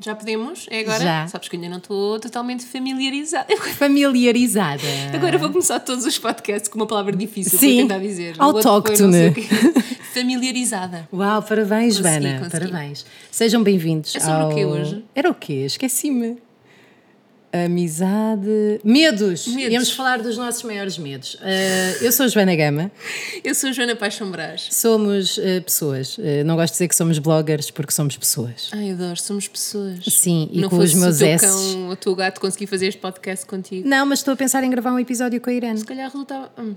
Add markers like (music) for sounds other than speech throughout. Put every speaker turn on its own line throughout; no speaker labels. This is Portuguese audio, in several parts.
Já podemos? É agora?
Já.
Sabes que eu ainda não estou totalmente familiarizada. Eu-
Familiarizada.
Agora vou começar todos os podcasts com uma palavra difícil
Ah. Sim.
para tentar dizer. O outro foi não sei o quê. (laughs) Familiarizada.
Uau, parabéns,
Consegui,
Joana.
consegui.
Parabéns. Sejam bem-vindos.
É sobre o
ao-
quê hoje?
Era o quê? Esqueci-me. Amizade. Medos.
Medos.
Íamos falar dos nossos maiores medos. Ah, eu sou a Joana Gama.
Eu sou a Joana Paixão Brás.
Somos ah, pessoas. Ah, não gosto de dizer que somos bloggers porque somos pessoas.
Ai, adoro, somos pessoas.
Sim, e
não
com
fosse
os meus
o teu
S's.
cão, o teu gato conseguir fazer este podcast contigo.
Não, mas estou a pensar em gravar um episódio com a Irene.
Se calhar resultava. Hum.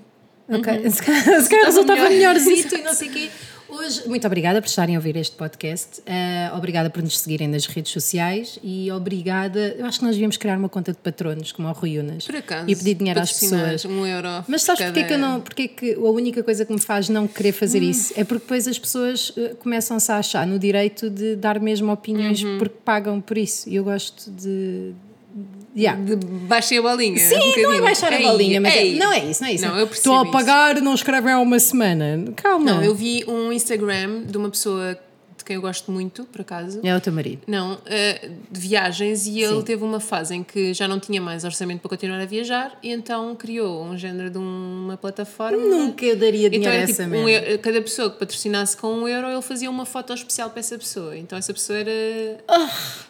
Ok. (laughs) Se calhar, se
Resultava
calhar resultava
melhor.
melhorzito Uhum. (laughs) e não sei o quê. Hoje, muito obrigada por estarem a ouvir este podcast. eh, obrigada por nos seguirem nas redes sociais e obrigada. Eu acho que nós devíamos criar uma conta de patronos, como ao Rui Unas.
Por acaso.
E pedir dinheiro às
patrocinar
pessoas.
Um euro.
Mas
por
sabes porquê
cada-
que eu não. Porquê que a única coisa que me faz não querer fazer isso é porque depois as pessoas eh, começam-se a achar no direito de dar mesmo opiniões
Uhum.
porque pagam por isso. E eu gosto de. Yeah.
De baixem a bolinha.
Sim,
um
não é
bocadinho.
baixar a
Ei,
bolinha, mas é-
ei.
não é isso, não é isso.
Não, eu percebo
Estão a
isso.
pagar, não escrevem há uma semana. Calma.
Não, eu vi um Instagram de uma pessoa de quem eu gosto muito, por acaso.
É o teu marido.
Não, eh, de viagens, e ele teve uma fase em que já não tinha mais orçamento para continuar a viajar, e então criou um género de uma plataforma.
Nunca eu daria dinheiro
Então
a
era tipo,
essa
um
merda.
eu- cada pessoa que patrocinasse com um euro, ele fazia uma foto especial para essa pessoa. Então essa pessoa era.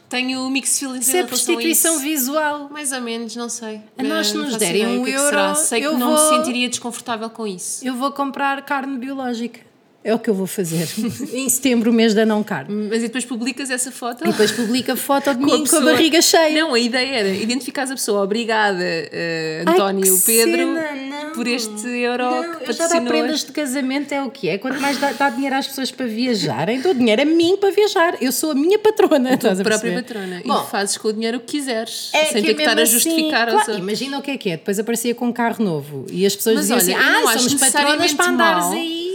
Tenho mixed feelings
Ah! Isso
em
é
relação a
prostituição
isso.
visual.
Mais ou menos, não sei.
A nós
Eh,
se nos
não faço
derem
ideia
um
o que é que
euro,
será. Sei que
eu
não
vou-
me sentiria desconfortável com isso.
Eu vou comprar carne biológica. É o que eu vou (laughs) fazer. em setembro, o mês da não carne.
Mas e depois publicas essa foto?
E depois publica foto de
Com
mim com a
pessoa-
barriga cheia.
Não, a ideia era identificares a pessoa. Obrigada, eh,
Ai,
António
que
Pedro,
cena, não.
por este euro
Não,
que
eu já dar
patrocinou.
prendas de casamento é o que é. Quanto mais dá, dá dinheiro às pessoas para viajarem, dou dinheiro a mim para viajar. Eu sou a minha patrona. estás
a
Então, a
própria
perceber?
patrona.
Bom,
e fazes com o dinheiro o que quiseres,
É
sem
que
ter
é
que estar
mesmo
a
assim,
justificar
claro,
aos outros.
Imagina o que é que é. Depois aparecia com um carro novo e as pessoas
Mas
diziam
olha, eu
assim:
não
ah,
acho
somos patronas
necessariamente
para andares
mal."
aí.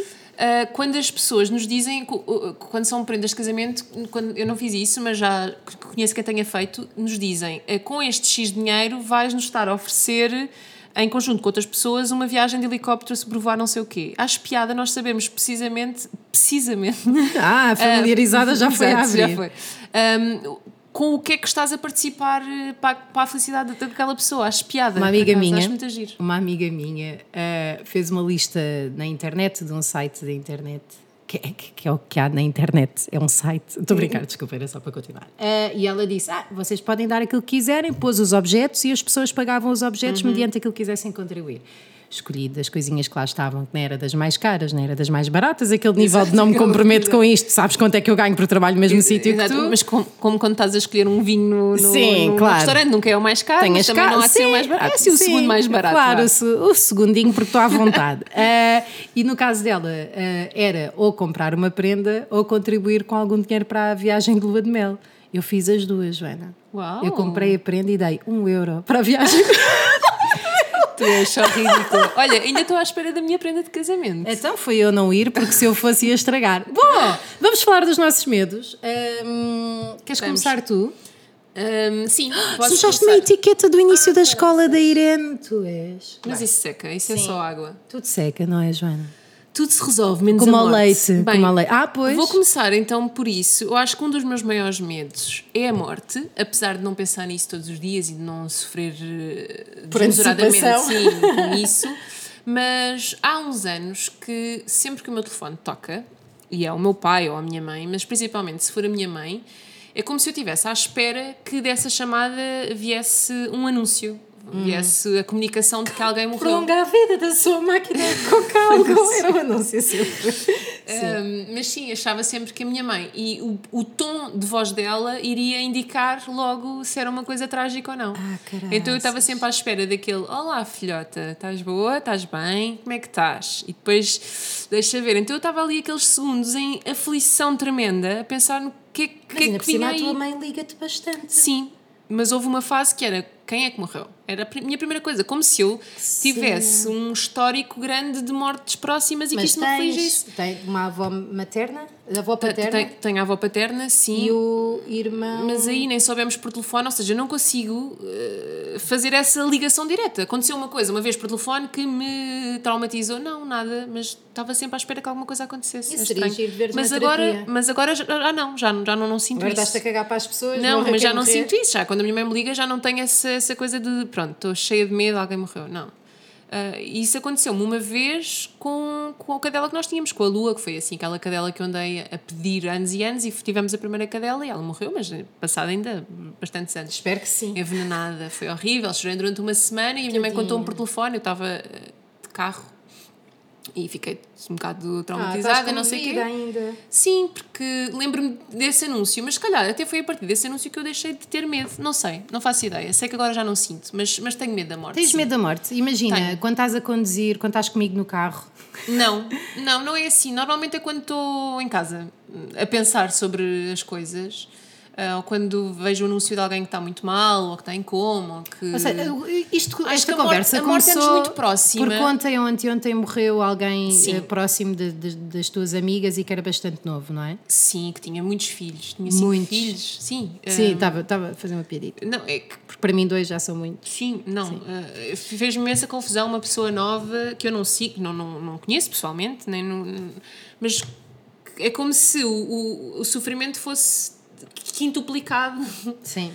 Ah, quando as pessoas nos dizem, co- o- quando são prendas de casamento, quando, eu não fiz isso, mas já conheço quem tenha feito, nos dizem, ah, com este X dinheiro vais-nos estar a oferecer, em conjunto com outras pessoas, uma viagem de helicóptero a sobrevoar não sei o quê. Acho piada nós sabemos precisamente, precisamente... (laughs)
Ah, familiarizada já foi
É, Exato,
a
já
abrir.
foi. Ahm, com o que é que estás a participar eh, para, para a felicidade daquela pessoa? Acho piada.
Uma amiga
por acaso,
minha.
Acho muito giro.
Uma amiga minha ah, fez uma lista na internet, de um site da internet, que, é- que- que é o que há na internet, é um site. Estou a brincar, desculpa, era só para continuar. Ah, e ela disse: ah, vocês podem dar aquilo que quiserem, pôs os objetos e as pessoas pagavam os objetos mediante aquilo que quisessem contribuir. Escolhi das coisinhas que lá estavam, que não era das mais caras, não era das mais baratas, aquele nível de não me
aquela
comprometo
coisa.
com isto, sabes quanto é que eu ganho por trabalho no mesmo sítio que
Exato,
tu?
Mas com- como quando estás a escolher um vinho no, no-
Sim,
num
claro.
restaurante, nunca é o mais caro,
Tem
mas
as
também
ca-
não há de ser o mais barato. É assim o
sim,
segundo mais barato.
Claro,
vá.
o, se- o segundinho, porque estou à
(laughs)
vontade. Ah, e no caso dela, ah, era ou comprar uma prenda ou contribuir com algum dinheiro para a viagem de lua de mel. Eu fiz as duas, Joana.
Uau.
Eu comprei a prenda e dei um euro para
(laughs)
a viagem.
Tu és (laughs) só ridícula. Olha, ainda estou à espera da minha prenda de casamento.
então foi eu não ir, porque se eu fosse ia estragar. Bom, vamos falar dos nossos medos. Ahm, queres
Vamos.
começar tu?
Ahm, Ah,
(gasps)
sim, posso começar. Ah,
Sujaste-me a
é.
etiqueta do início da escola da Irene. Tu és.
Mas isso seca, isso é só água.
Tudo seca, não é, Joana?
Tudo se resolve, menos
Como
a
ao
morte.
leite.
Bem,
como ao leite. Ah, pois.
Vou começar então por isso. Eu acho que um dos meus maiores medos é a morte, apesar de não pensar nisso todos os dias e de não sofrer eh,
Por
desmesuradamente
antecipação.
sim,
(laughs)
com isso. Mas há uns anos que sempre que o meu telefone toca, e é o meu pai ou a minha mãe, mas principalmente se for a minha mãe, é como se eu estivesse à espera que dessa chamada viesse um anúncio,
Hum.
viesse a comunicação de que alguém morreu.
a vida um da sua máquina com (laughs) calma. Era um anúncio sempre.
Um, mas sim, achava sempre que a minha mãe e o, o tom de voz dela iria indicar logo se era uma coisa trágica ou não.
Ah, caraças.
então eu estava sempre à espera daquele: Olá, filhota, estás boa? Estás bem? Como é que estás? E depois, deixa ver. Então eu estava ali aqueles segundos em aflição tremenda, a pensar no que é que, que, é que vinha aí.
mãe liga-te bastante.
Sim, mas houve uma fase que era quem é que morreu? Era a pri- minha primeira coisa, como se eu
Sim.
tivesse um histórico grande de mortes próximas e que
Mas
isso me afligisse.
tens, tem uma avó materna, avó paterna
Tenho, tenho a avó paterna, sim.
e o irmão.
Mas aí nem soubemos por telefone, ou seja, eu não consigo eh, fazer essa ligação direta. Aconteceu uma coisa uma vez por telefone que me traumatizou. Não, nada, mas estava sempre à espera que alguma coisa acontecesse.
Isso
É
seria
estranho.
giro veres
mas,
na
agora,
terapia.
mas agora já, já não, já, não- já não, não sinto
Agora
isso.
estás a cagar para as pessoas.
Não,
morrer
mas já
quem
não
morrer.
sinto isso. Já quando a minha mãe me liga, já não tenho essa, essa coisa de pronto, estou cheia de medo, alguém morreu. Não. Ah, E isso aconteceu-me uma vez com, com a cadela que nós tínhamos, com a Lua, que foi assim, aquela cadela que eu andei a pedir anos e anos e tivemos a primeira cadela e ela morreu, mas eh, passado ainda bastantes anos
Espero que sim.
envenenada. Foi horrível. Chorei durante uma semana e a minha mãe
Tadinha.
contou-me por telefone. Eu estava eh, de carro e fiquei um bocado
Ah,
traumatizada,
estás
não sei o quê.
comovida ainda.
Sim, porque lembro-me desse anúncio, mas se calhar até foi a partir desse anúncio que eu deixei de ter medo. Não sei, não faço ideia. Sei que agora já não sinto, mas, mas tenho medo da morte.
Tens
sim.
medo da morte? Imagina,
Tenho.
quando estás a conduzir, quando estás comigo no carro,
Não, não, não é assim. Normalmente é quando estou em casa a pensar sobre as coisas. ah, ou quando vejo o anúncio de alguém que está muito mal, ou que está em coma, ou que.
Ou seja, eu- isto,
Hum. Acho
esta
que a morte-
conversa
a morte é-nos
começou
muito próxima.
porque ontem ou anteontem morreu alguém
Sim.
eh, próximo de- de- das tuas amigas e que era bastante novo, não é?
Sim, que tinha muitos filhos. Tinha cinco
Muitos.
filhos. Sim. ah,
Sim, estava estava a fazer uma piadita.
Não, é que
Porque para mim dois já são muito.
Sim, não. eh, Fez-me essa confusão uma pessoa nova que eu não sigo, não, não, não conheço pessoalmente, nem não, mas é como se o, o, o sofrimento fosse quintuplicado. (laughs)
Sim.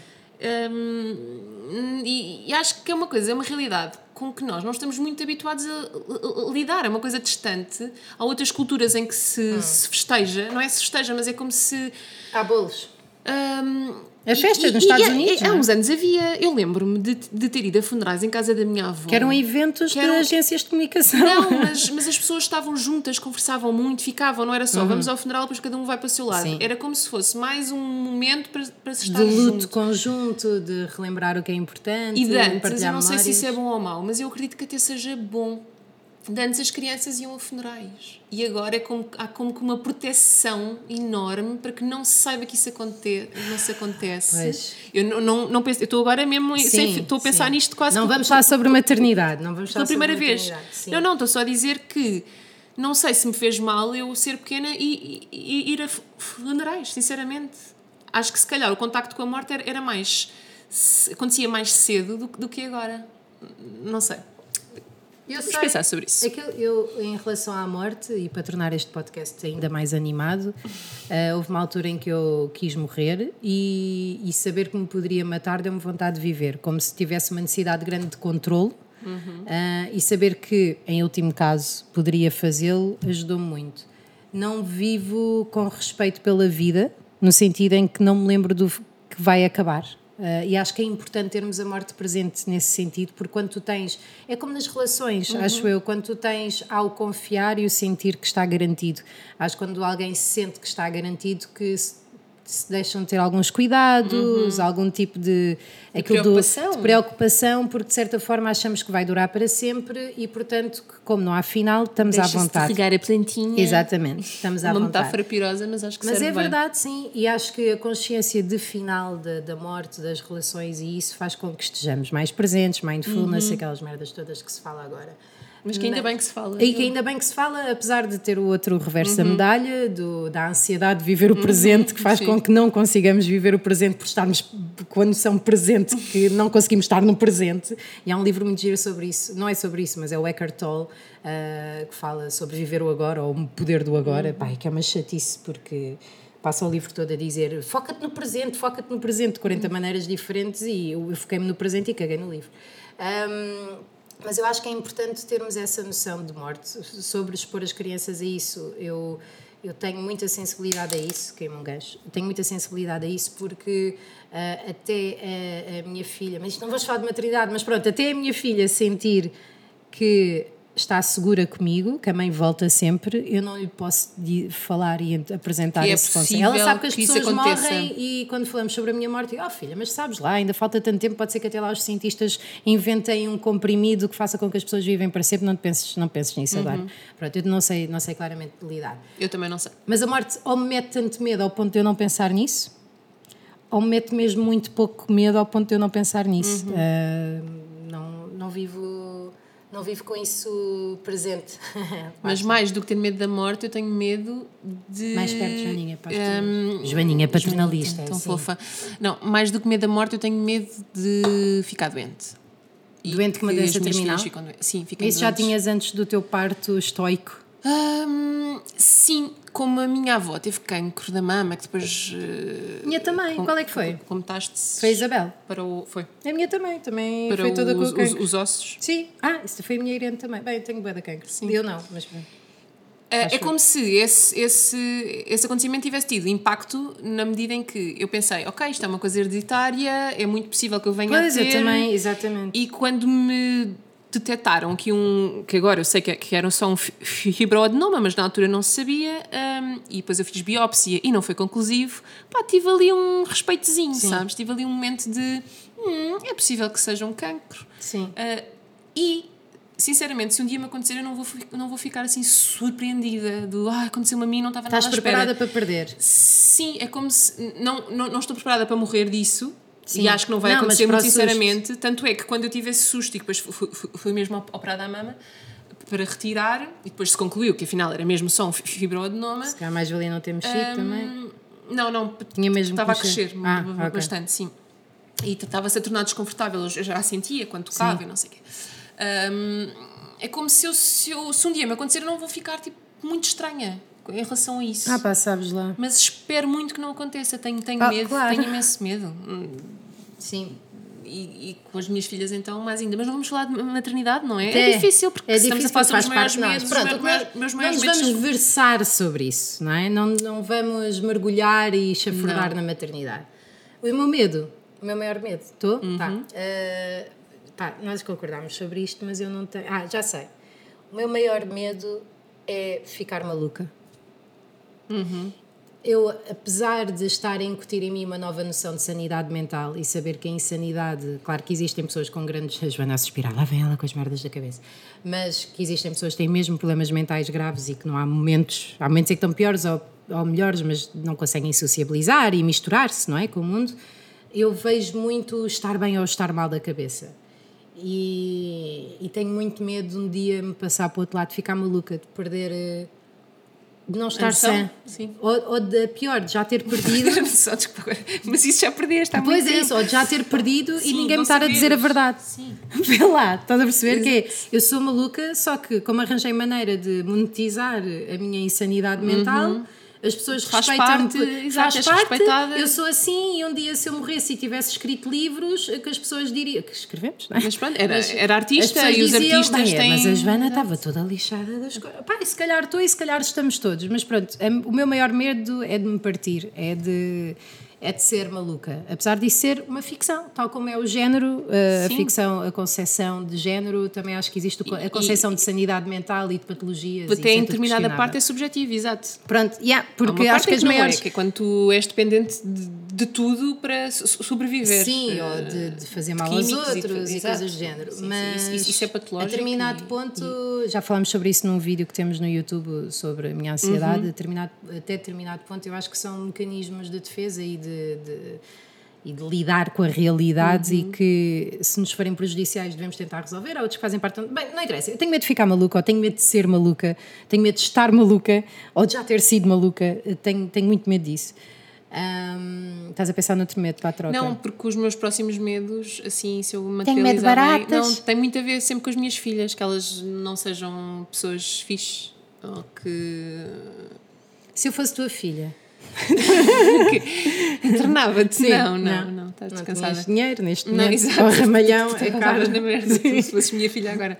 Hum, e, e acho que é uma coisa, é uma realidade com que nós não estamos muito habituados a, a- a lidar, é uma coisa distante. Há outras culturas em que se,
Ah.
se festeja, não é se festeja, mas é como se
Há bolos.
Hum,
A
e-
festa
e-
nos
e
Estados
há-
Unidos,
Há
não é?
uns anos havia, eu lembro-me de, de ter ido a funerais em casa da minha avó.
Que um eram eventos
Que eram-
de agências de comunicação.
Não, mas, mas as pessoas estavam juntas, conversavam muito, ficavam, não era só vamos ao funeral, depois cada um vai para o seu lado.
Sim.
Era como se fosse mais um momento para, para se estar
De luto
junto.
conjunto, de relembrar o que é importante.
E de antes, eu
partilhar
não sei se
memórias.
isso é bom ou mau, mas eu acredito que até seja bom. De antes as crianças iam a funerais. E agora é como, há como que uma proteção enorme para que não se saiba que isso aconte, não se acontece.
Pois.
Eu não, não, não penso, eu estou agora mesmo,
Sim,
sem- estou a pensar
sim.
nisto quase
Não
que
vamos falar sobre maternidade, não vamos falar
pela primeira
sobre
vez.
maternidade, sim.
Não, não, estou só a dizer que não sei se me fez mal eu ser pequena e, e- e ir a fu- funerais, sinceramente. Acho que se calhar o contacto com a morte era, era mais. se- acontecia mais cedo do, que- do que agora. Não sei.
Eu
Vamos
sei.
pensar sobre isso.
É que eu, eu, em relação à morte, e para tornar este podcast ainda mais animado, eh, houve uma altura em que eu quis morrer e, e saber que me poderia matar deu-me vontade de viver, como se tivesse uma necessidade grande de controle.
Uhum.
Ah, e saber que, em último caso, poderia fazê-lo ajudou-me muito. Não vivo com respeito pela vida, no sentido em que não me lembro do f- que vai acabar. Ah, e acho que é importante termos a morte presente nesse sentido, porque quando tu tens. É como nas relações, acho eu, quando tu tens ao confiar e o sentir que está garantido. Acho que quando alguém sente que está garantido que se, se deixam de ter alguns cuidados, algum tipo de. aquilo do-
preocupação.
de preocupação, porque de certa forma achamos que vai durar para sempre e, portanto, que como não há final, estamos à vontade.
regar a plantinha.
Exatamente, estamos à
É Uma
vontade.
metáfora pirosa, mas acho que
Mas
serve
é
bem.
verdade, sim, e acho que a consciência de final da, da morte, das relações e isso faz com que estejamos mais presentes,
Uhum.
mindfulness, aquelas merdas todas que se fala agora.
Mas que ainda bem que se fala.
E que ainda bem que se fala, apesar de ter o outro reverso da medalha, do, da ansiedade de viver o presente, que faz
Sim.
com que não consigamos viver o presente por estarmos com a noção presente, que não conseguimos estar no presente. E há um livro muito giro sobre isso, não é sobre isso, mas é o Eckhart Tolle, ah, que fala sobre viver o agora ou o poder do agora. Pai, que é uma chatice, porque passa o livro todo a dizer foca-te no presente, foca-te no presente, 40 maneiras diferentes, e eu, eu foquei-me no presente e caguei no livro. Ahm, mas eu acho que é importante termos essa noção de morte, sobre expor as crianças a isso. Eu, eu tenho muita sensibilidade a isso, queima um gancho. Eu Tenho muita sensibilidade a isso porque ah, até a, a minha filha, mas isto não vou falar de maternidade, mas pronto, até a minha filha sentir que está segura comigo, que a mãe volta sempre, eu não lhe posso di- falar e ent- apresentar
Que é
esse conceito.
possível
Ela sabe que as
que isso
pessoas
aconteça.
morrem e quando falamos sobre a minha morte, eu digo, oh filha, mas sabes lá, ainda falta tanto tempo, pode ser que até lá os cientistas inventem um comprimido que faça com que as pessoas vivem para sempre, não te penses, não penses nisso
Uhum.
agora. Pronto, eu não sei, não sei claramente lidar.
Eu também não sei.
Mas a morte ou me mete tanto medo ao ponto de eu não pensar nisso, ou me mete mesmo muito pouco medo ao ponto de eu não pensar
Uhum.
nisso. Eh, não, não vivo. Não vivo com isso
(laughs)
presente.
Mas mais do que ter medo da morte, eu tenho medo de.
Mais perto, Joaninha, para tu. Joaninha, paternalista.
Hum, Tão
sim.
fofa. Não, mais do que medo da morte, eu tenho medo de ficar doente. E
Doente com uma
que as
doença
minhas
terminal?
filhas ficam doen- Sim, ficam
Isso já
doentes.
tinhas antes do teu parto estoico?
Hum, sim, como a minha avó teve cancro da mama, que depois. eh,
Minha também. Qual é que foi?
Como estás
Foi a Isabel.
para o. Foi.
A minha também. Também
Para
foi toda com
os,
o
os,
cancro.
os ossos.
Sim. Ah, isso foi a minha Irene também. Bem, eu tenho boa da cancro. Sim. Eu não, mas pronto.
É, é como se esse, esse, esse acontecimento tivesse tido impacto na medida em que eu pensei, ok, isto é uma coisa hereditária, é muito possível que eu venha
Pois,
a ter.
eu também, exatamente.
E quando me detectaram que um, que agora eu sei que, que era só um fi- fibroadenoma, mas na altura não se sabia, hum, e depois eu fiz biópsia e não foi conclusivo, pá, tive ali um respeitozinho, sabes? Tive ali um momento de, hum, é possível que seja um cancro.
Sim.
Ah, e, sinceramente, se um dia me acontecer, eu não vou, fi- não vou ficar assim surpreendida do ah, aconteceu-me a mim, não estava
Estás
nada à espera."
preparada para perder?
Sim, é como se. Não, não, não estou preparada para morrer disso.
Sim.
E acho que não vai
Não, mas
acontecer,
para
muito
o susto.
sinceramente. Tanto é que quando eu tive esse susto e depois fui, fui- fui mesmo op- operada à mama para retirar, e depois se concluiu que afinal era mesmo só um fi- fibroadenoma.
Se calhar mais valia não ter mexido também.
Hum, Não, não, p-
Tinha mesmo que
estava a
mexer.
crescer
Ah,
b- b-
ok.
bastante, sim. E t- estava-se a tornar desconfortável, eu já a sentia quando tocava e não sei o quê. Hum, é como se, eu, se, eu- se um dia me acontecer, eu não vou ficar tipo, muito estranha em relação a isso.
Ah pá, sabes lá.
Mas espero muito que não aconteça. Tenho, tenho
Ah,
medo,
claro.
tenho imenso medo. Hum,
Sim.
E, e com as minhas filhas, então, mais ainda. Mas não vamos falar de maternidade, não é? É,
É.
difícil, porque
É
estamos
difícil,
a falar sobre
faz
os maiores
parte de nós.
medos. os
Pronto,
meus,
não-
maiores- meus
não
maiores
nos
medos
vamos versar sobre isso, não é? Não, não vamos mergulhar e chafurdar na maternidade. O meu medo, o meu maior medo, estou?
Uhum.
Tá. Eh, pá, nós concordámos sobre isto, mas eu não tenho. Ah, já sei. O meu maior medo é ficar maluca. Eu, apesar de estar a incutir em mim uma nova noção de sanidade mental e saber que a insanidade, claro que existem pessoas com grandes. A Joana a suspirar, lá vem ela com as merdas da cabeça. Mas que existem pessoas que têm mesmo problemas mentais graves e que não há momentos. Há momentos em que estão piores ou, ou melhores, mas não conseguem sociabilizar e misturar-se, não é? Com o mundo. Eu vejo muito o estar bem ou o estar mal da cabeça. E, e tenho muito medo de um dia me passar para o outro lado, de ficar maluca, de perder. eh, de não estar
noção?
sã.
Sim.
Ou, ou de pior, de já ter
(laughs)
perdido.
Só, desculpa, mas isso já perdeste há
pois
muito
é
tempo.
isso, ou de já ter perdido e
Sim, não
ninguém me estar a dizer a
saberes.
verdade.
Sim.
(laughs) Vê lá, estás a perceber que é, eu sou maluca, só que como arranjei maneira de monetizar a minha insanidade mental, as pessoas
Uhum. Faz
respeitam-me,
parte,
por-
exato, és respeitada.
eu sou assim e um dia se eu morresse e tivesse escrito livros, que as pessoas diriam, que escrevemos, não é?
Mas pronto, era,
Mas
era
as
artista
pessoas
e os
diziam,
artistas
"Bem, é,
têm.
Mas a Joana estava toda lixada das coisas. Pá, e se calhar estou e se calhar estamos todos. Mas pronto, a- o meu maior medo é de me partir, é de, é de ser maluca. Apesar de ser uma ficção, tal como é o género, a
Sim.
ficção, a concepção de género, também acho que existe o co- a concepção de sanidade mental e de patologias.
Até
e
em determinada parte é subjetivo, exato.
Pronto, yeah,
Há uma
porque
parte
acho que
em
as
não é,
maiores.
que é quando tu és dependente de, de tudo para so- so- sobreviver.
Sim, ou
Eh,
de, de fazer mal aos
químicos e
outros e,
tudo,
coisas
exato.
do género.
Sim, sim,
Mas
isso- isso- isso é patológico
A determinado
e-
ponto, já falámos sobre isso num vídeo que temos no YouTube sobre a minha ansiedade,
Uhum.
a determinado, até determinado ponto eu acho que são mecanismos de defesa e de. de- e de lidar com a realidade
Uhum.
e que se nos forem prejudiciais devemos tentar resolver, há outros que fazem parte... Bem, não interessa, eu tenho medo de ficar maluca, ou tenho medo de ser maluca, tenho medo de estar maluca, ou de já ter sido maluca, tenho, tenho muito medo disso. Ahm, estás a pensar noutro medo para a troca?
Não, porque os meus próximos medos, assim, se eu
Tenho medo de
materializar bem,
baratas.
não, tem muito a ver sempre com as minhas filhas, que elas não sejam pessoas fixe ou que
Se eu fosse tua filha,
internava-te. Não,
não.
não, não, estás descansada.
tinhas dinheiro neste
Não,
momento.
exato.
Ou ramalhão,
Tu
é
acabas
caro.
na merda como se fosse minha filha agora.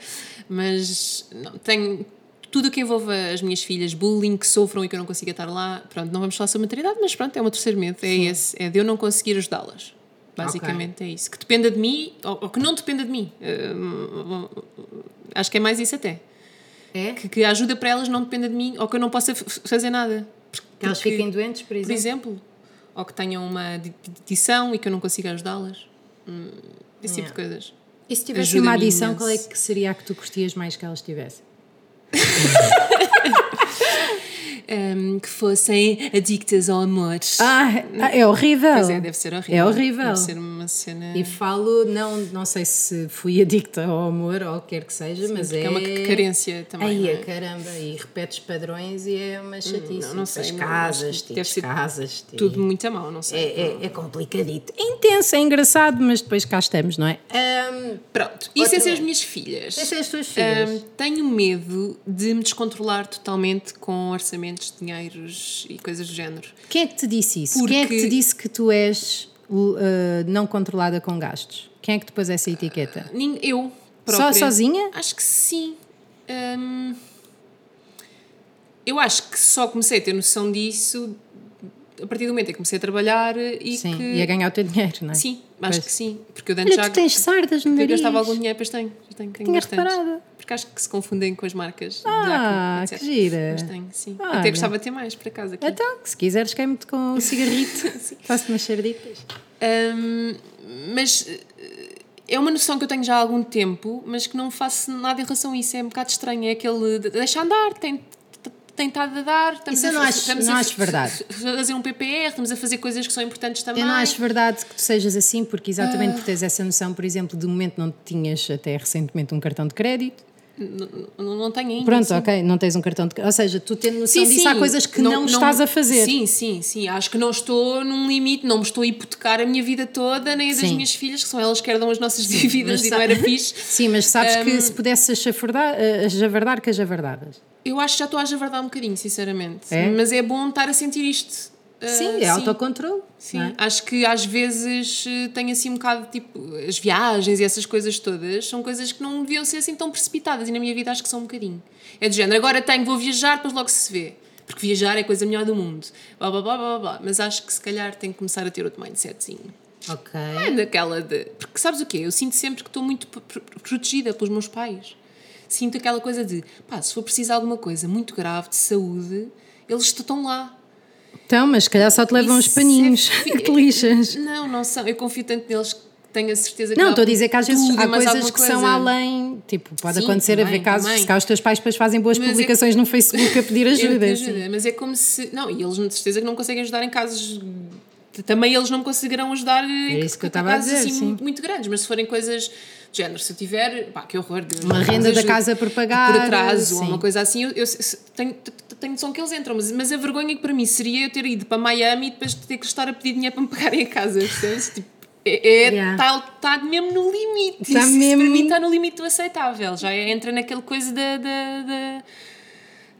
Mas não, tenho tudo o que envolva as minhas filhas, bullying, que sofram e que eu não consiga estar lá. Pronto, não vamos falar sobre maternidade, mas pronto, é um terceiro medo. É esse, é de eu não conseguir ajudá-las. Basicamente é isso. Que dependa de mim ou, ou que não dependa de mim. Hum, acho que é mais isso até.
É?
Que, que a ajuda para elas não dependa de mim ou que eu não possa f- f- fazer nada.
Que elas
Porque-
fiquem doentes, por
por
exemplo.
exemplo, ou que tenham uma di- di- adição e que eu não consiga ajudá-las. Hum, esse tipo de coisas.
E se tivesse
Ajuda-me
uma adição,
imenso.
qual é que seria a que tu curtias mais que elas tivessem?
ehm, que fossem adictas ao amor.
Ah, é horrível.
Pois é, deve ser horrível.
É horrível.
Deve ser uma cena.
E falo, não, não sei se fui adicta ao amor ou o que quer que seja, mas
porque
é...
é uma carência também,
Ai,
não é?
é, caramba, e repetes padrões e é uma chatice.
não sei,
Tens
não-
casas,
acho que
tens
deve ser
casas, tens-
Tudo muito a mal, não sei.
É, é, é complicadito. É intenso, é engraçado, mas depois cá estamos, não é? Ahm,
Pronto, isso
Outra
é ser as
vez.
minhas filhas.
Essa é as tuas filhas.
Ahm, tenho medo de me descontrolar totalmente com orçamentos, dinheiros e coisas do género.
Quem é que te disse isso?
Porque-
Quem é que te disse que tu és uh, não controlada com gastos? Quem é que te pôs essa etiqueta?
Nin- Eu
Só
própria.
sozinha?
Acho que sim. Ahm, eu acho que só comecei a ter noção disso a partir do momento em que comecei a trabalhar e
Sim,
que.
e a ganhar o teu dinheiro, não é?
Sim, acho
Pois.
que sim. Porque eu de antes
Olha,
já.
tu tens sardas no
eu
nariz.
gastava algum dinheiro, pois tenho. Pois tenho, tenho
Tinha
bastantes.
reparado.
Porque acho que se confundem com as marcas. de
Ah,
acne,
que
etc.
gira. Ah,
Mas tenho, sim.
Olha.
Até gostava de ter mais, por acaso. Aqui.
Então, se quiseres, queime-te com um cigarrito.
(laughs)
Faço-te umas sarditas.
Ahm, mas eh, é uma noção que eu tenho já há algum tempo, mas que não faço nada em relação a isso. É um bocado estranho. É aquele de- deixa andar, tem tem estado a dar. Estamos
Isso
a,
eu não acho-
estamos
não
a
acho verdade.
fazer um PPR, estamos a fazer coisas que são importantes também.
Eu não acho verdade que tu sejas assim, porque exatamente
Ah.
por teres essa noção, por exemplo, de momento não tinhas até recentemente um cartão de crédito.
N- Não, não tenho ainda.
Pronto,
sim.
ok, não tens um cartão de crédito. Ou seja, tu tendo noção
Sim,
disso,
sim.
há coisas que não, estás a fazer.
Sim, sim, sim. Acho que não estou num limite, não me estou a hipotecar a minha vida toda, nem a das
Sim.
minhas filhas, que são elas que herdam as nossas (laughs) dívidas
Mas
e
sa-
não era fixe.
Sim, mas sabes que se pudesse achafurdar, eh, ajavardar, que ajavardadas.
Eu acho que já estou a verdade um bocadinho, sinceramente.
É?
Mas é bom estar a sentir isto. Ah,
Sim, é autocontrole.
Sim,
não é?
acho que às vezes eh, tenho assim um bocado tipo as viagens e essas coisas todas são coisas que não deviam ser assim tão precipitadas e na minha vida acho que são um bocadinho. É do género, agora tenho, vou viajar, depois logo se vê. Porque viajar é a coisa melhor do mundo. Blá, blá, blá, blá, blá, blá. Mas acho que se calhar tenho que começar a ter outro mindsetzinho.
Ok.
É daquela de. Porque sabes o quê? Eu sinto sempre que estou muito pr- pr- protegida pelos meus pais. Sinto aquela coisa de, pá, se for preciso de alguma coisa muito grave, de saúde, eles estão lá.
Então, mas se calhar só te levam uns
Isso é
paninhos, (laughs)
fi-
te lixas.
Não, não são. Eu confio tanto neles que tenho a certeza que.
Não,
dá
estou a dizer que às vezes
tudo e
há
mais
coisas
alguma
que são
coisa.
além. Tipo, pode
Sim,
acontecer
também,
a ver casos,
também.
se calhar os teus pais depois fazem boas
Mas é-
publicações no Facebook
(laughs)
a pedir
É,
ajuda.
ajuda,
sim.
Mas é como se. Não, e eles de certeza que não conseguem ajudar em casos. Também eles não me conseguirão ajudar eh, em
É isso que eu estava a
casos,
dizer,
assim,
sim.
muito, muito grandes, mas se forem coisas de género, se eu tiver, pá, que horror. Deus,
Uma
não
renda
ajude.
da casa por pagar,
Por atraso, ou
sim.
uma coisa assim, eu, eu se- se- tenho, t- t- tenho noção que eles entram, mas, mas a vergonha que para mim seria eu ter ido para Miami e depois ter que estar a pedir dinheiro para me pagarem a casa, percebes? Tipo, é, é
Yeah.
tal- está mesmo no limite.
Está
Isso
mesmo-
para mim está no limite do aceitável. Já é, entra naquela coisa da, da, da,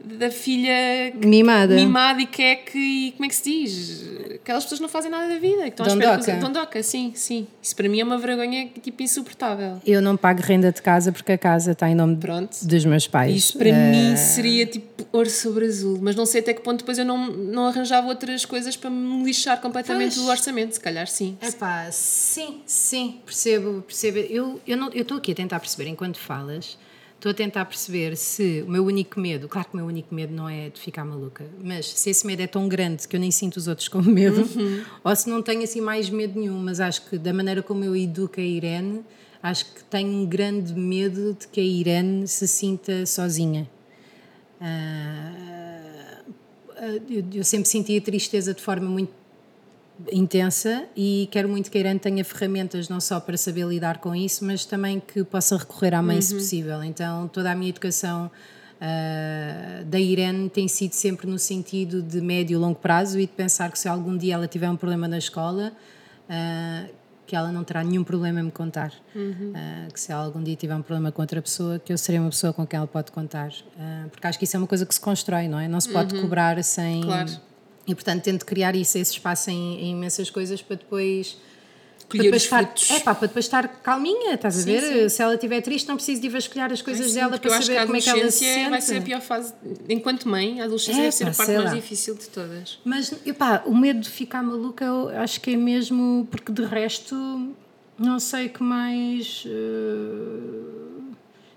da filha que-
Mimada.
mimada e queque e como é que se diz? Aquelas pessoas que não fazem nada da vida. Que estão à espera que os-
Dondoca.
Dondoca, sim, sim. Isso para mim é uma vergonha tipo insuportável.
Eu não pago renda de casa porque a casa está em nome
Pronto.
dos meus pais.
Isso para
Eh,
mim seria tipo ouro sobre azul, mas não sei até que ponto depois eu não, não arranjava outras coisas para me lixar completamente
Pois.
do orçamento, se calhar sim.
Epá, sim, sim, percebo, percebo. Eu eu não- eu estou aqui a tentar perceber enquanto falas, estou a tentar perceber se o meu único medo, claro que o meu único medo não é de ficar maluca, mas se esse medo é tão grande que eu nem sinto os outros como (laughs) medo, ou se não tenho assim mais medo nenhum, mas acho que da maneira como eu educo a Irene, acho que tenho um grande medo de que a Irene se sinta sozinha. Ah, ah, eu, eu sempre senti a tristeza de forma muito intensa e quero muito que a Irene tenha ferramentas não só para saber lidar com isso, mas também que possa recorrer à mãe se possível. Então, toda a minha educação ah, da Irene tem sido sempre no sentido de médio e longo prazo e de pensar que se algum dia ela tiver um problema na escola. ah, que ela não terá nenhum problema em me contar. Ah, que se ela algum dia tiver um problema com outra pessoa, que eu serei uma pessoa com quem ela pode contar. Ah, porque acho que isso é uma coisa que se constrói, não é? Não se pode cobrar sem.
Claro.
E portanto tento criar isso, esse espaço em, em imensas coisas para depois.
Colher
para depois
os
estar,
frutos.
é pá, para depois estar calminha, estás a
Sim,
ver? Se ela estiver triste, não preciso de ir vasculhar as coisas dela
Porque
para saber como é que ela se sente.
vai ser a pior fase. Enquanto mãe, a adolescência
É,
deve ser a
pá,
parte
sei
mais
lá.
difícil de todas.
Mas, epá, o medo de ficar maluca, eu acho que é mesmo porque de resto não sei que mais. eh,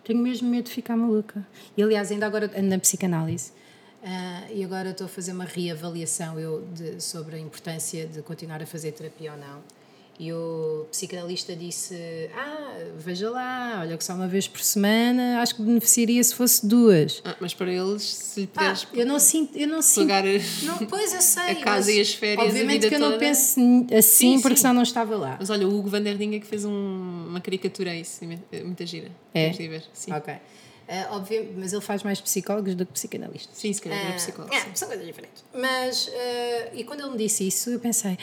tenho mesmo medo de ficar maluca. E aliás, ainda agora ando na psicanálise. ah, e agora estou a fazer uma reavaliação eu de- sobre a importância de continuar a fazer terapia ou não. E o psicanalista disse: Ah, veja lá, olha que só uma vez por semana, acho que beneficiaria se fosse duas.
Ah, mas para eles, se lhe
Ah,
puderes
eu não sinto, eu não sinto.
pagar a- (laughs)
Não, pois eu sei.
a casa
mas
e É as férias, a
Obviamente
vida
que eu não
toda.
penso assim,
Sim,
porque
sim.
senão não estava lá.
Mas olha, o Hugo Vanderding é que fez um- uma caricatura a isso, é muita gira.
É?
Tens de ver. Sim.
Ok. Ah, obviamente, mas ele faz mais psicólogos do que psicanalistas.
Sim, se calhar é
Ah,
psicólogo.
é, são coisas diferentes. Mas, ah, e quando ele me disse isso, eu pensei,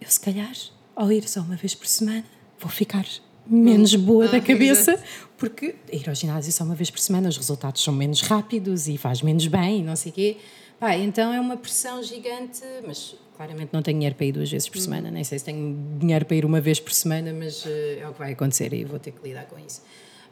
eu se calhar, ao ir só uma vez por semana, vou ficar menos boa
Ah,
da cabeça, porque ir ao ginásio só uma vez por semana, os resultados são menos rápidos e faz menos bem e não sei o quê. Pá, então é uma pressão gigante, mas claramente não tenho dinheiro para ir duas vezes
Hum.
por semana, nem sei se tenho dinheiro para ir uma vez por semana, mas ah, é o que vai acontecer e vou ter que lidar com isso.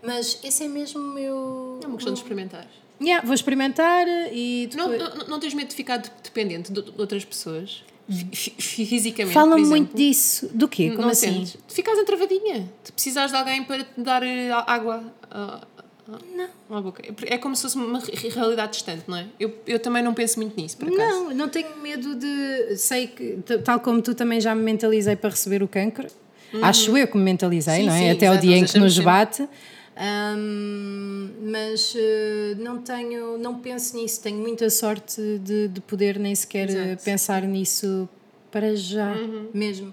Mas esse é mesmo o meu.
É uma questão de experimentar. Tipo,
Yeah, vou experimentar e
Não,
depois...
não, não tens medo de ficar de- dependente de de outras pessoas? Fi- fi- Fisicamente,
Fala
por exemplo?
muito disso. Do quê? Como
não
assim?
sentes? Tu Ficas entravadinha. Tu precisas de alguém para te dar eh, a- água ah, ah, à boca. É por- É como se fosse uma re- realidade distante, não é? Eu, eu também não penso muito nisso, por acaso.
Não, não tenho medo de. Sei que, t- tal como tu também já me mentalizei para receber o cancro,
Uhum.
acho eu que me mentalizei,
Sim,
não é?
sim,
Até
exato,
o dia
nós
em que nos
achamos
bate. Ahm, mas eh, não tenho, não penso nisso. Tenho muita sorte de, de poder nem sequer eh,
Exato.
pensar nisso para já mesmo.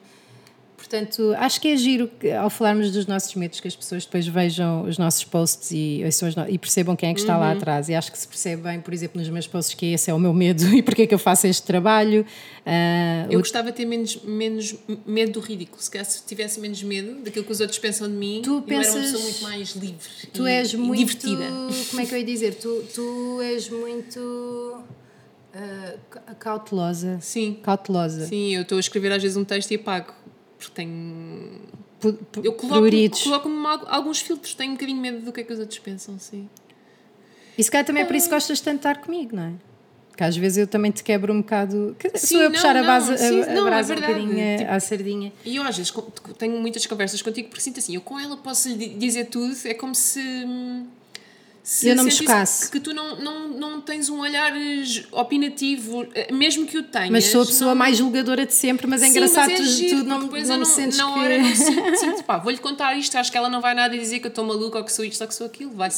Portanto, acho que é giro que, ao falarmos dos nossos medos, que as pessoas depois vejam os nossos posts e, ouçam os no- e percebam quem é que está lá atrás. E acho que se percebe bem, por exemplo, nos meus posts, que esse é o meu medo (laughs) e porque é que eu faço este trabalho. Ah,
Eu gostava de ter menos, menos medo do ridículo. Se calhar se tivesse menos medo daquilo que os outros pensam de mim,
Tu
eu era uma
pensas-
pessoa muito mais livre.
tu
e-
és
e
muito.
divertida.
Como é que eu ia dizer? Tu, tu és muito. ah, ca- cautelosa.
Sim.
Cautelosa.
Sim, eu estou a escrever às vezes um texto e apago. Porque tenho.
Pu- pu-
Eu coloco-me
pruridos.
coloco alguns filtros, tenho um bocadinho medo do que é que os outros pensam, sim.
E se calhar também é por isso que gostas tanto de estar comigo, não é? Que às vezes eu também te quebro um bocado. Que sou
Sim,
eu a puxar
não,
a, base,
não, sim,
a, a
não, é
brasa um
verdade.
bocadinho
Tipo-
à sardinha.
E eu às vezes co- tenho muitas conversas contigo porque sinto assim, eu com ela posso lhe di- dizer tudo, é como se. hum, se
Eu não me
sentisse
chocasse.
Que, que tu não, não, não tens um olhar eh, opinativo, eh, mesmo que o tenhas.
Mas sou a pessoa
não-
mais julgadora de sempre, mas é
Sim,
engraçado,
mas
tu-
giro,
tu, não,
porque depois
não
eu
me sentes
na
que...
hora
(laughs)
não sinto, sinto, pá, vou-lhe contar isto, acho que ela não vai nada dizer que eu estou maluca ou que sou isto ou que sou aquilo. Vai-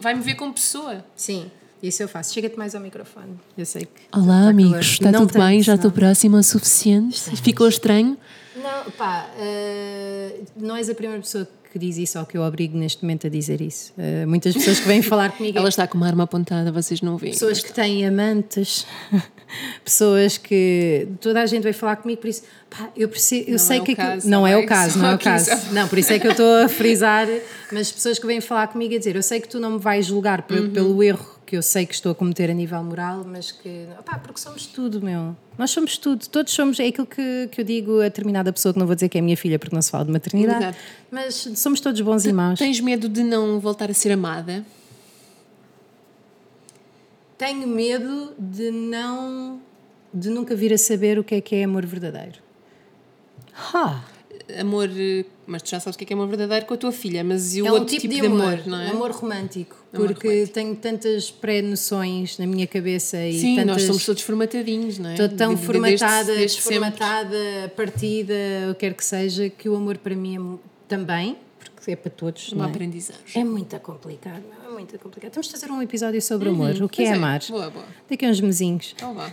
Vai-me ver como pessoa.
Sim, isso eu faço. Chega-te mais ao microfone. Eu sei que...
Olá,
Tá
amigos, está
calor. Não
tudo bem?
tanto,
Já estou
não.
próxima o suficiente? Ficou estranho?
Não, pá, eh, não és a primeira pessoa que diz isso ou que eu obrigo neste momento a dizer isso. Eh, muitas pessoas que vêm falar comigo é
Ela está com uma arma apontada, vocês não veem.
pessoas que têm amantes, (laughs) pessoas que toda a gente vai falar comigo por isso. Pá, eu perce- eu
Não
sei
é o
que aquilo-
caso,
não é o
ok?
caso,
Só
não é o
aqui,
caso.
só-
Não, por isso é que eu estou a frisar, mas pessoas que vêm falar comigo a dizer, eu sei que tu não me vais julgar pe-
Uhum.
pelo erro que eu sei que estou a cometer a nível moral, mas que pá, porque somos tudo, meu. Nós somos tudo, todos somos, é aquilo que, que eu digo a determinada pessoa que não vou dizer que é a minha filha porque não se fala de maternidade,
Exato.
mas somos todos bons e maus.
Tens medo de não voltar a ser amada?
Tenho medo de não. de nunca vir a saber o que é que é amor verdadeiro. Ha!
Amor, eh, mas tu já sabes o que é que é amor verdadeiro com a tua filha, mas e o
É um
outro
tipo,
tipo,
de, amor,
não é?
amor romântico.
Amor
porque tenho tantas pré-noções na minha cabeça e
Sim,
tantas.
nós somos todos formatadinhos, não é?
Estou tão
De- de- desde-
formatada,
desde sempre.
desformatada, partida, o que quer que seja, que o amor para mim é mu- também, porque é para todos,
Uma
não é?
aprendizagem.
É muito complicado, não é muito complicado. Temos de fazer um episódio sobre amor, o que
Uhum, Pois
é amar.
Boa, boa.
Daqui a uns mesinhos.
Então (laughs) vá.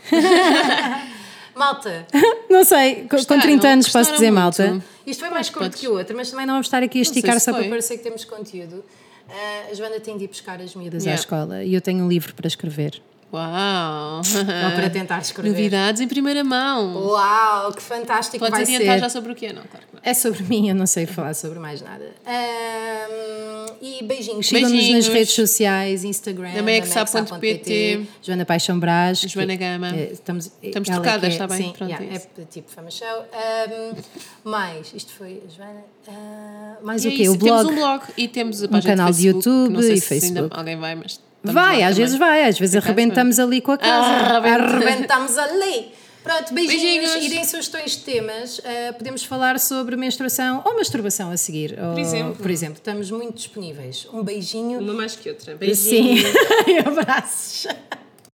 Malta, (laughs) Não sei, com- com
Gostaram?
30 anos posso
Gostaram
dizer
muito?
malta. Isto foi
mais
mais
curto
curto
podes. que
que o outro, mas também não vamos estar aqui a
sei
esticar
se
só para
foi.
parecer que temos conteúdo. Ah, a Joana tem de ir buscar as miúdas à
Yeah.
escola e eu tenho um livro para escrever.
Uau!
Ou para
Ah,
tentar escrever.
Novidades em primeira mão.
Uau, que fantástico
Podes
vai
adiantar
ser.
já sobre o que é, não? Claro que não.
É sobre mim, eu não sei falar sobre mais nada. Ahm, e beijinhos. Sigam-nos nas
Beijinhos. é
redes sociais, Instagram,
Na mexa.pt.
mexa.pt, Joana Paixão Brás.
Joana Gama.
Eh, Estamos,
Estamos
ela é
trocadas,
que é-
está bem?
Sim,
Pronto,
yeah,
é
é,
isso.
tipo fama show. Ahm, mais, isto foi, Joana. ah, mais
E
o
é
quê?
isso.
o blog.
Temos um blog e temos a página
canal de
de Facebook,
YouTube
não sei
e
se ainda
Facebook.
alguém vai, mas. estamos lá
Vai, às
também.
vezes vai, às vezes
acaso
arrebentamos ali com a casa.
Arrebenta.
Arrebentamos ali. Pronto, beijinhos.
Beijinhos.
E deem sugestões de temas. Ah, podemos falar sobre menstruação ou masturbação a seguir. Por
exemplo.
Por exemplo, estamos muito disponíveis. Um beijinho. (laughs)
Uma mais que outra.
Sim. e abraços.